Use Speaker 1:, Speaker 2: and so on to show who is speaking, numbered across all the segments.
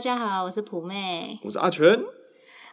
Speaker 1: 家好，我是普妹。
Speaker 2: 我是阿全。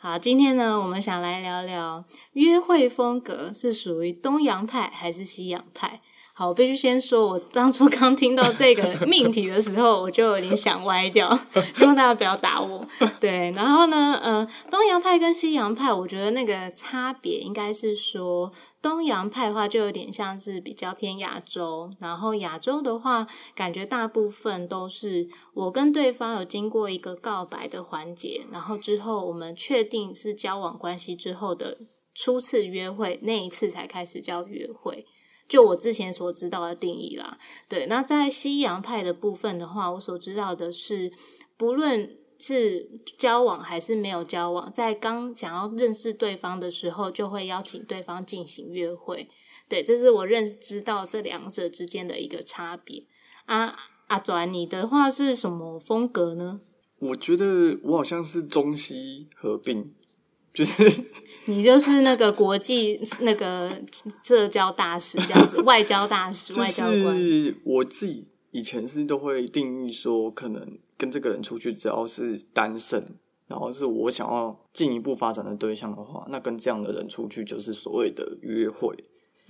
Speaker 1: 好，今天呢，我们想来聊聊约会风格是属于东洋派还是西洋派。好，我必须先说，我当初刚听到这个命题的时候，我就有点想歪掉，希望大家不要打我。对，然后呢，呃，东洋派跟西洋派，我觉得那个差别应该是说，东洋派的话就有点像是比较偏亚洲，然后亚洲的话，感觉大部分都是我跟对方有经过一个告白的环节，然后之后我们确定是交往关系之后的初次约会，那一次才开始叫约会。就我之前所知道的定义啦，对。那在西洋派的部分的话，我所知道的是，不论是交往还是没有交往，在刚想要认识对方的时候，就会邀请对方进行约会。对，这是我认知到这两者之间的一个差别。啊，阿转，你的话是什么风格呢？
Speaker 2: 我觉得我好像是中西合并， 就是
Speaker 1: 你就是那个国际那个社交大使这样子，外交大使、
Speaker 2: 就
Speaker 1: 外交官。
Speaker 2: 是我自己以前是都会定义说，可能跟这个人出去，只要是单身，然后是我想要进一步发展的对象的话，那跟这样的人出去就是所谓的约会。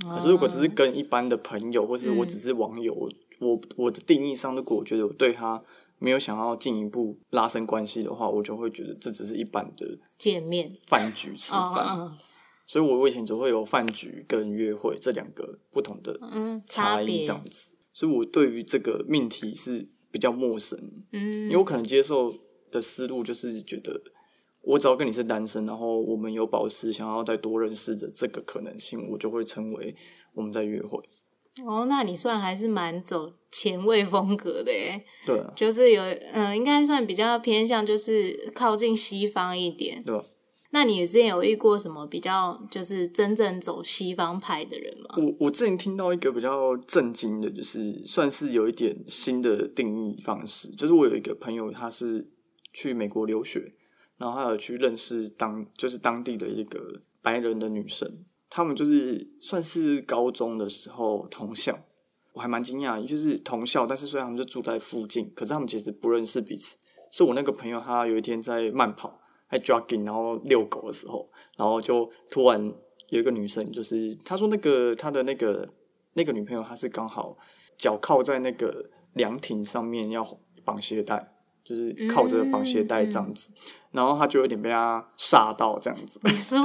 Speaker 1: 啊
Speaker 2: 可是如果只是跟一般的朋友，或是
Speaker 1: 嗯
Speaker 2: 我只是网友，我我的定义上，如果我觉得我对他没有想要进一步拉伸关系的话，我就会觉得这只是一般的
Speaker 1: 见面
Speaker 2: 饭局吃
Speaker 1: 哦
Speaker 2: 饭。
Speaker 1: 哦
Speaker 2: 所以我我以前只会有饭局跟约会这两个不同的
Speaker 1: 嗯，
Speaker 2: 差
Speaker 1: 差
Speaker 2: 异
Speaker 1: 别
Speaker 2: 这样子，所以我对于这个命题是比较陌生，因
Speaker 1: 嗯
Speaker 2: 为我可能接受的思路就是觉得我只要跟你是单身，然后我们有保持想要再多认识的这个可能性，我就会称为我们在约会。
Speaker 1: 哦，那你算还是蛮走前卫风格的耶，
Speaker 2: 对啊，
Speaker 1: 就是有嗯、呃应该算比较偏向就是靠近西方一点。
Speaker 2: 对啊，
Speaker 1: 那你之前有遇过什么比较就是真正走西方派的人吗？
Speaker 2: 我我之前听到一个比较震惊的，就是算是有一点新的定义方式，就是我有一个朋友，他是去美国留学，然后他有去认识当就是当地的一个白人的女生，他们就是算是高中的时候同校，我还蛮惊讶，就是同校，但是虽然他们就住在附近，可是他们其实不认识彼此。是我那个朋友，他有一天在慢跑，在 jogging，然后遛狗的时候，然后就突然有一个女生，就是他说那个他的那个那个女朋友，她是刚好脚靠在那个凉亭上面要绑鞋带，就是靠着绑鞋带这样子，然后他就有点被他吓到这样子，
Speaker 1: 你说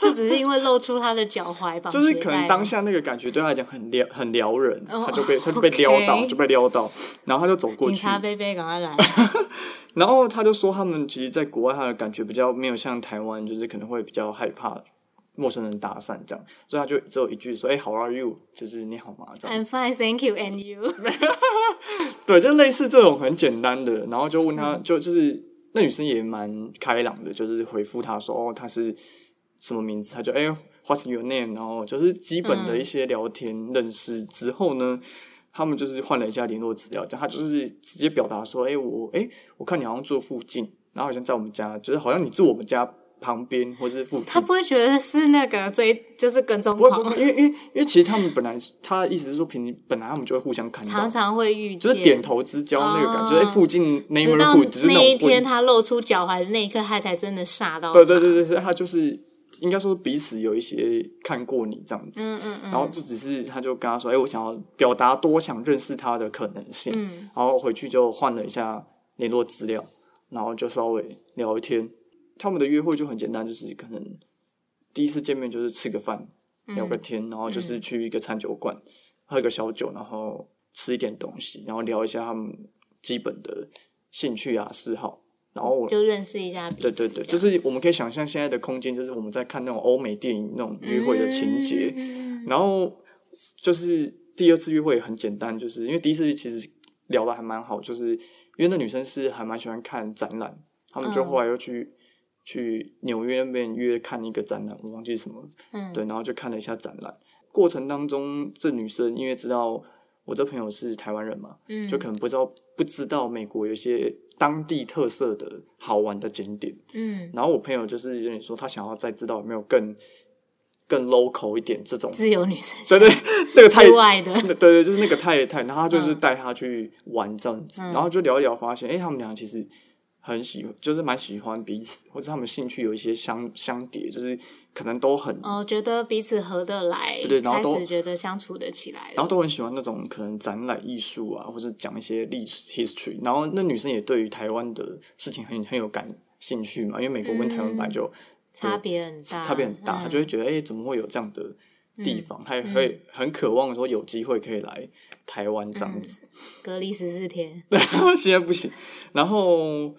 Speaker 1: 就只是因为露出他的脚踝绑
Speaker 2: 就是
Speaker 1: 鞋
Speaker 2: 可能
Speaker 1: 带
Speaker 2: 当
Speaker 1: 吗
Speaker 2: 下那个感觉对他来讲很撩很撩人，
Speaker 1: 哦
Speaker 2: 他就 被他就被撩到
Speaker 1: OK
Speaker 2: 就被撩到，然后他就走过
Speaker 1: 警
Speaker 2: 去，
Speaker 1: 察贝贝赶快来，
Speaker 2: 然后他就说，他们其实在国外，他的感觉比较没有像台湾，就是可能会比较害怕陌生人搭讪这样，所以他就只有一句说：“哎、h o w are you？” 就是你好吗？这样
Speaker 1: I'm fine, thank you, and you
Speaker 2: 对，就类似这种很简单的，然后就问他，就就是那女生也蛮开朗的，就是回复他说：“哦，他是什么名字？”他就哎、What's your name？” 然后就是基本的一些聊天认识之后呢。他们就是换了一下联络资料，这样他就是直接表达说：“哎、我哎、我看你好像住附近，然后好像在我们家，就是好像你住我们家旁边或是附近。”
Speaker 1: 他不会觉得是那个追就是跟踪
Speaker 2: 不会不
Speaker 1: 狂，
Speaker 2: 会，因为因为因为其实他们本来他的意思是说，平时本来他们就会互相看到，
Speaker 1: 常常会遇见，
Speaker 2: 就是点头之交那个感觉，
Speaker 1: 哦
Speaker 2: 哎、附近
Speaker 1: 直到
Speaker 2: neighborhood 就是
Speaker 1: 那一
Speaker 2: 种
Speaker 1: 天
Speaker 2: 混，
Speaker 1: 他露出脚踝的那一刻，他才真的吓到。
Speaker 2: 对对对对，是他就是应该说彼此有一些看过你这样子，
Speaker 1: 嗯嗯嗯，
Speaker 2: 然后就只是他就跟他说，哎、我想要表达多想认识他的可能性，
Speaker 1: 嗯
Speaker 2: 然后回去就换了一下联络资料，然后就稍微聊一天，他们的约会就很简单，就是可能第一次见面就是吃个饭，
Speaker 1: 嗯
Speaker 2: 聊个天，然后就是去一个餐酒馆、喝个小酒，然后吃一点东西，然后聊一下他们基本的兴趣啊、嗜好。然后我，
Speaker 1: 就认识一下彼此。
Speaker 2: 对对对，
Speaker 1: 这
Speaker 2: 就
Speaker 1: 样
Speaker 2: 是我们可以想象现在的空间，就是我们在看那种欧美电影那种约会的情节。
Speaker 1: 嗯
Speaker 2: 然后就是第二次约会也很简单，就是因为第一次其实聊的还蛮好，就是因为那女生是还蛮喜欢看展览，他们就
Speaker 1: 嗯
Speaker 2: 后来又去、去纽约那边约看一个展览，我忘记什么了，
Speaker 1: 嗯
Speaker 2: 对，然后就看了一下展览。过程当中，这女生因为知道我这朋友是台湾人嘛，
Speaker 1: 嗯，
Speaker 2: 就可能不知道不知道美国有一些当地特色的好玩的景点，
Speaker 1: 嗯
Speaker 2: 然后我朋友就是有点说他想要再知道有没有更更 local 一点这种，
Speaker 1: 自由女生
Speaker 2: 对对，那个太
Speaker 1: 之外的，
Speaker 2: 对对，就是那个太太，然后他就是
Speaker 1: 嗯
Speaker 2: 带他去玩这样子，
Speaker 1: 嗯
Speaker 2: 然后就聊一聊，发现哎、诶他们俩其实很喜，就是蛮喜欢彼此，或者他们兴趣有一些相相叠，就是可能都很，
Speaker 1: 哦，觉得彼此合得来，
Speaker 2: 对对然后都
Speaker 1: 开始觉得相处得起来了。
Speaker 2: 然后都很喜欢那种可能展览艺术啊，或者讲一些历史 history。然后那女生也对于台湾的事情很很有感兴趣嘛，因为美国跟台湾本来就
Speaker 1: 差别很嗯大，
Speaker 2: 差别很大，她
Speaker 1: 嗯
Speaker 2: 就会觉得哎、诶怎么会有这样的地方？她也会很渴望说有机会可以来台湾这样子。
Speaker 1: 隔离十四天，
Speaker 2: 现在不行。然后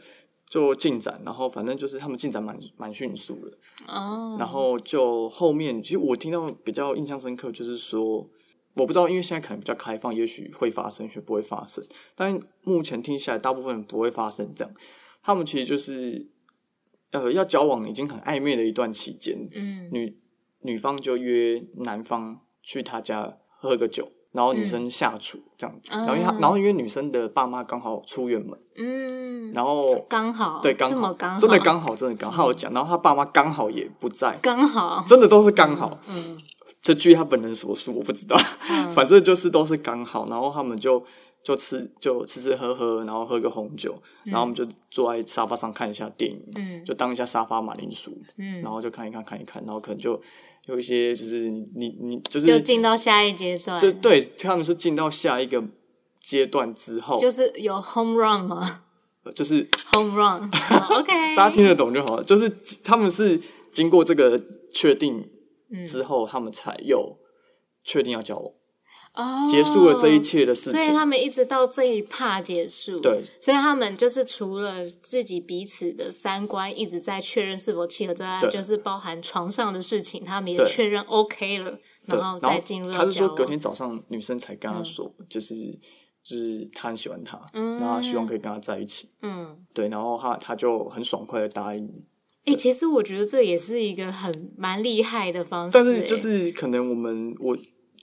Speaker 2: 就进展，然后反正就是他们进展蛮蛮迅速的。
Speaker 1: 哦，
Speaker 2: 然后就后面，其实我听到比较印象深刻，就是说，我不知道，因为现在可能比较开放，也许会发生，也许不会发生。但目前听起来，大部分不会发生这样。他们其实就是，呃，要交往已经很暧昧的一段期间，
Speaker 1: 嗯，
Speaker 2: 女女方就约男方去他家喝个酒，然后女生下厨这样子。
Speaker 1: 嗯
Speaker 2: 然后因为她，然后因为女生的爸妈刚好出远门，
Speaker 1: 嗯，
Speaker 2: 然后
Speaker 1: 刚好
Speaker 2: 对刚
Speaker 1: 这
Speaker 2: 好
Speaker 1: 么刚好，嗯
Speaker 2: 真的刚好，真的刚好，她有讲，然后他爸妈刚好也不在，
Speaker 1: 刚好，
Speaker 2: 真的都是刚好。
Speaker 1: 嗯
Speaker 2: 这据他本人所述，我不知道，
Speaker 1: 嗯
Speaker 2: 反正就是都是刚好，然后他们就就吃就吃吃喝喝，然后喝个红酒，然后我们就坐在沙发上看一下电影，
Speaker 1: 嗯
Speaker 2: 就当一下沙发马铃薯，
Speaker 1: 嗯
Speaker 2: 然后就看一看看一看，然后可能就有一些就是你你就是哦
Speaker 1: 就进到下一阶段，
Speaker 2: 就对他们是进到下一个阶段之后，
Speaker 1: 就是有 home run 吗
Speaker 2: 呃就是
Speaker 1: ？home run，OK，
Speaker 2: 大家听得懂就好
Speaker 1: 哎
Speaker 2: 了，就是他们是经过这个确定
Speaker 1: 嗯
Speaker 2: 之后，他们才有确定要交往，结束了这一切的事
Speaker 1: 哦所以
Speaker 2: 情。
Speaker 1: 他们一直到这一趴结束，
Speaker 2: 对，
Speaker 1: 所以他们就是除了自己彼此的三观一直在确认是否契合之外，
Speaker 2: 对
Speaker 1: 就是包含床上的事情，他们也
Speaker 2: 对
Speaker 1: 确认 OK 了，
Speaker 2: 对，
Speaker 1: 然后再进入嗯
Speaker 2: 他
Speaker 1: 到
Speaker 2: 是
Speaker 1: 交
Speaker 2: 说隔
Speaker 1: 往。
Speaker 2: 天早上女生才跟他说，就是就是他很喜欢他，然后他希望可以跟他在一起。
Speaker 1: 嗯，
Speaker 2: 对，然后他他就很爽快的答应，
Speaker 1: 哎、其实我觉得这也是一个很蛮厉害的方式、
Speaker 2: 但是
Speaker 1: 诶
Speaker 2: 就是可能我们我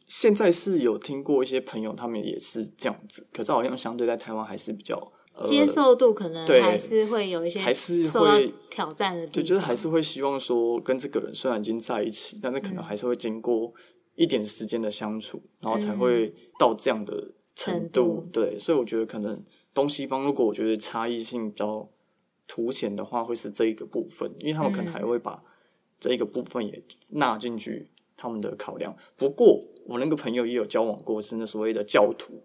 Speaker 2: 现在是有听过一些朋友，他们也是这样子，可是好像相对在台湾还是比较、呃、
Speaker 1: 接，受度可能
Speaker 2: 对
Speaker 1: 还是会有一些，
Speaker 2: 还是
Speaker 1: 受到
Speaker 2: 会
Speaker 1: 挑战的地
Speaker 2: 对，
Speaker 1: 方，
Speaker 2: 就是还是会希望说跟这个人虽然已经在一起，但是可能还是会经过一点时间的相处，然后才会到这样的程
Speaker 1: 程
Speaker 2: 度。
Speaker 1: 度
Speaker 2: 对，所以我觉得可能东西方如果我觉得差异性比较凸显的话，会是这一个部分，因为他们可能还会把这一个部分也纳进去他们的考量。不过我那个朋友也有交往过，是那所谓的教徒。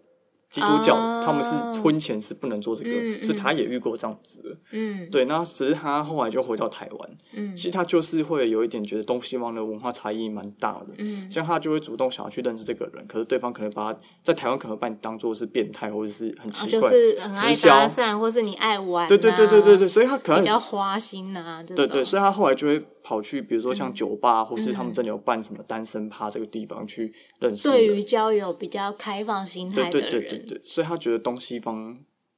Speaker 2: 基督教，
Speaker 1: 啊
Speaker 2: 他们是婚前是不能做这个，
Speaker 1: 嗯嗯
Speaker 2: 所以他也遇过这样子的。
Speaker 1: 嗯
Speaker 2: 对，那只是他后来就回到台湾，
Speaker 1: 嗯
Speaker 2: 其实他就是会有一点觉得东西方的文化差异蛮大的，
Speaker 1: 嗯
Speaker 2: 像他就会主动想要去认识这个人，可是对方可能把他在台湾可能把你当做是变态或者是很
Speaker 1: 啊
Speaker 2: 奇
Speaker 1: 就
Speaker 2: 怪，
Speaker 1: 是很爱
Speaker 2: 直销
Speaker 1: 搭讪，或是你爱玩、啊，
Speaker 2: 对对对对对对，，所以他可
Speaker 1: 比
Speaker 2: 能
Speaker 1: 较花心啊，这种嗯
Speaker 2: 对对，所以他后来就会跑去，比如说像酒吧，或是他们真的有办什么单身趴这个地方去认识
Speaker 1: 对
Speaker 2: 人
Speaker 1: 于交友比较开放心态
Speaker 2: 对
Speaker 1: 的
Speaker 2: 对
Speaker 1: 人，
Speaker 2: 对对对，所以他觉得东西方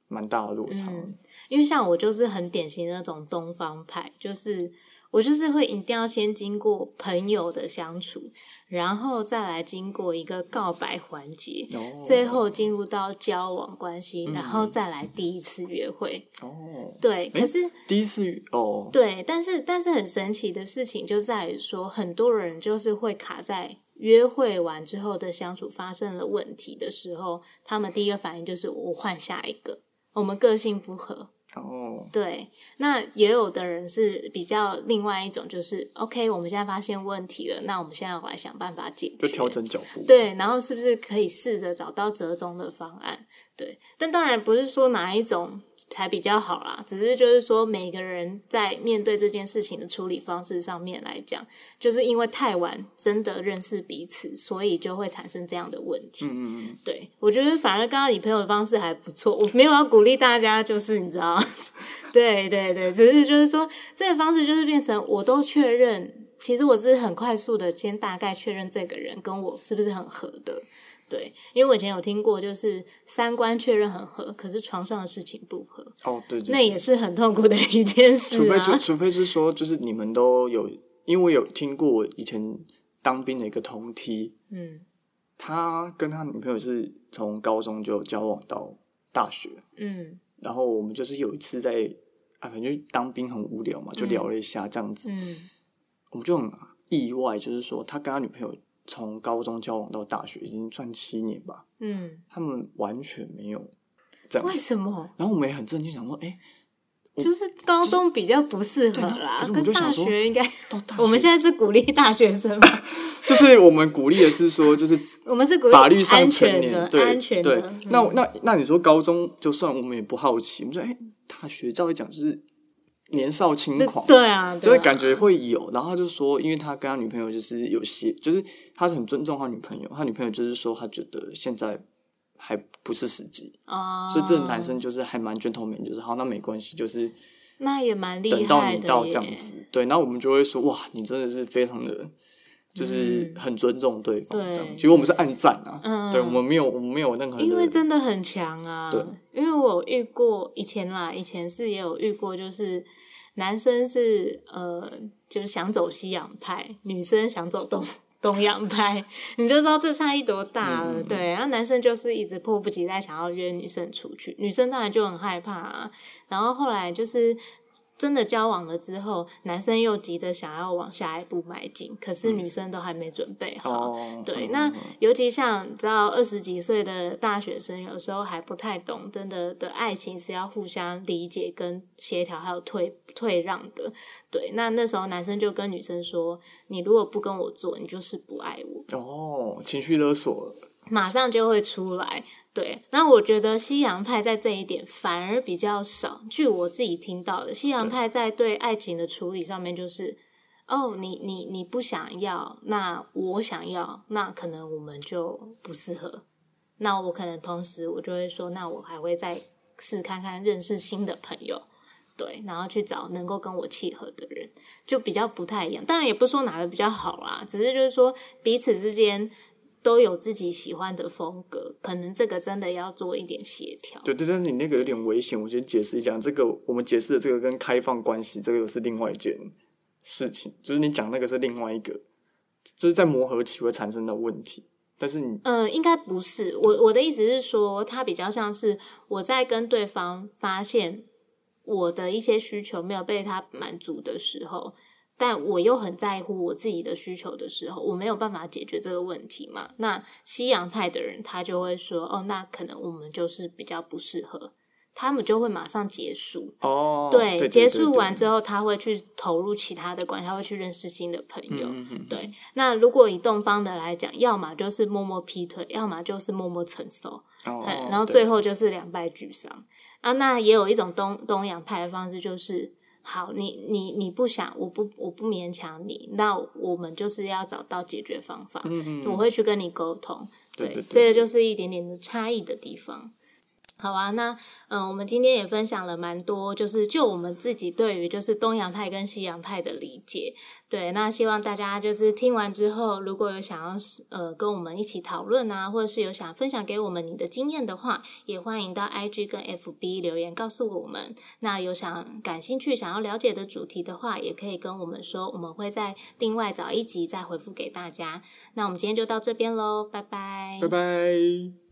Speaker 2: 蛮大的落差，
Speaker 1: 因为像我就是很典型的那种东方派，就是我就是会一定要先经过朋友的相处，然后再来经过一个告白环节，
Speaker 2: 哦嗯
Speaker 1: 最后进入到交往关系，然后再来第一次约会。
Speaker 2: 哦，
Speaker 1: 对，可是。
Speaker 2: 第一次遇哦，
Speaker 1: 对，但是但是很神奇的事情就在于说，很多人就是会卡在约会完之后的相处发生了问题的时候，他们第一个反应就是我换下一个，我们个性不合。
Speaker 2: 哦，
Speaker 1: 对，那也有的人是比较另外一种，就是 OK，我们现在发现问题了，那我们现在要来想办法解决，
Speaker 2: 就调整脚步，
Speaker 1: 对，然后是不是可以试着找到折中的方案？对，但当然不是说哪一种才比较好啦，只是就是说每个人在面对这件事情的处理方式上面来讲，就是因为太晚真的认识彼此，所以就会产生这样的问题。
Speaker 2: 嗯嗯嗯。
Speaker 1: 对，我觉得反而刚刚以朋友的方式还不错，我没有要鼓励大家，就是你知道， 对对对，只是就是说这个方式就是变成我都确认，其实我是很快速的先大概确认这个人跟我是不是很合的，对，因为我以前有听过，就是三观确认很合，可是床上的事情不合，
Speaker 2: 哦，对对，
Speaker 1: 那也是很痛苦的一件
Speaker 2: 除
Speaker 1: 事
Speaker 2: 非就
Speaker 1: 啊。
Speaker 2: 除非是说，就是你们都有，因为我有听过我以前当兵的一个同梯，
Speaker 1: 嗯
Speaker 2: 他跟他女朋友是从高中就交往到大学，
Speaker 1: 嗯
Speaker 2: 然后我们就是有一次在啊，反正就当兵很无聊嘛，就聊了一下这样子，
Speaker 1: 嗯，
Speaker 2: 我们就很意外，就是说他跟他女朋友从高中交往到大学已经算七年吧，
Speaker 1: 嗯，
Speaker 2: 他们完全没有这样
Speaker 1: 为，什么？
Speaker 2: 然后我们也很震惊，想说，哎、
Speaker 1: 就是高中比较不适合啦
Speaker 2: 对，可是我
Speaker 1: 跟
Speaker 2: 就
Speaker 1: 大
Speaker 2: 想说
Speaker 1: 学应该。
Speaker 2: 到大学
Speaker 1: 我们现在是鼓励大学 生嘛，
Speaker 2: 就是我们鼓励的是说，就是
Speaker 1: 我们是鼓励
Speaker 2: 法律上
Speaker 1: 安
Speaker 2: 成
Speaker 1: 全的
Speaker 2: 年，、对
Speaker 1: 安全
Speaker 2: 对
Speaker 1: 的。嗯。
Speaker 2: 那那那你说高中，就算我们也不好奇，我们说哎，大学照理讲就是年少轻
Speaker 1: 对
Speaker 2: 狂，
Speaker 1: 对啊，
Speaker 2: 就
Speaker 1: 对
Speaker 2: 是
Speaker 1: 啊
Speaker 2: 感觉会有。然后他就说，因为他跟他女朋友就是有些，就是他是很尊重他女朋友，他女朋友就是说他觉得现在还不是时机，
Speaker 1: 哦，
Speaker 2: 所以这个男生就是还蛮 gentleman，就是好，那没关系，就是
Speaker 1: 那也蛮厉害的
Speaker 2: 等
Speaker 1: 耶。
Speaker 2: 到你到这样子。对，然后我们就会说，哇，你真的是非常的。就是很尊重对方，
Speaker 1: 嗯对
Speaker 2: 这样。其实我们是暗赞啊，
Speaker 1: 嗯
Speaker 2: 对我们没有，我们没有任何的。
Speaker 1: 因为真的很强啊。
Speaker 2: 对，
Speaker 1: 因为我遇过以前啦，以前是也有遇过，就是男生是呃，就是想走西洋派，女生想走东。东洋派，你就知道这差异多大
Speaker 2: 嗯
Speaker 1: 了，对。然后男生就是一直迫不及待想要约女生出去，女生当然就很害怕啊。然后后来就是真的交往了之后，男生又急着想要往下一步迈进，可是女生都还没准备好，
Speaker 2: 嗯哦，
Speaker 1: 对，
Speaker 2: 嗯
Speaker 1: 那尤其像你知道二十几岁的大学生，有时候还不太懂，真的的爱情是要互相理解、跟协调，还有退退让的。对，那那时候男生就跟女生说：“你如果不跟我做，你就是不爱我。
Speaker 2: 哦，情绪勒索了，”
Speaker 1: 马上就会出来。对，那我觉得西洋派在这一点反而比较少。据我自己听到的，西洋
Speaker 2: 对
Speaker 1: 派在对爱情的处理上面就是。哦，你你你不想要，那我想要，那可能我们就不适合。那我可能同时我就会说，那我还会再试看看认识新的朋友，对，然后去找能够跟我契合的人，就比较不太一样。当然也不是说哪个比较好啦，只是就是说彼此之间都有自己喜欢的风格，可能这个真的要做一点协调。
Speaker 2: 对，但是你那个有点危险，我先解释一下，这个我们解释的这个跟开放关系这个是另外一件事情，就是你讲那个是另外一个，就是在磨合期会产生的问题。但是你
Speaker 1: 呃，应该不是。我我的意思是说，它比较像是我在跟对方发现我的一些需求没有被他满足的时候，但我又很在乎我自己的需求的时候，我没有办法解决这个问题嘛。那西洋派的人他就会说，哦，那可能我们就是比较不适合，他们就会马上结束。
Speaker 2: 哦，
Speaker 1: 对，
Speaker 2: 对，
Speaker 1: 结束完之
Speaker 2: 后，
Speaker 1: 后，他会去投入其他的关系，他会去认识新的朋友。
Speaker 2: 嗯嗯
Speaker 1: 对，那如果以东方的来讲，要么就是默默劈腿，要么就是默默承受，
Speaker 2: 哦
Speaker 1: 嗯，然后
Speaker 2: 对
Speaker 1: 最后就是两败俱伤啊。那也有一种东东洋派的方式，就是好，你你你不想，我不我不勉强你，那我们就是要找到解决方法，
Speaker 2: 嗯
Speaker 1: 我
Speaker 2: 嗯，
Speaker 1: 会去跟你沟通。
Speaker 2: 对对对
Speaker 1: 这个就是一点点的差异的地方。好啊，那嗯、呃我们今天也分享了蛮多，就是就我们自己对于就是东洋派跟西洋派的理解。对，那希望大家就是听完之后，如果有想要呃跟我们一起讨论啊，或者是有想分享给我们你的经验的话，也欢迎到 IG 跟 FB 留言告诉我们。那有想感兴趣、想要了解的主题的话，也可以跟我们说，我们会在另外找一集再回复给大家。那我们今天就到这边喽，拜拜，
Speaker 2: 拜拜。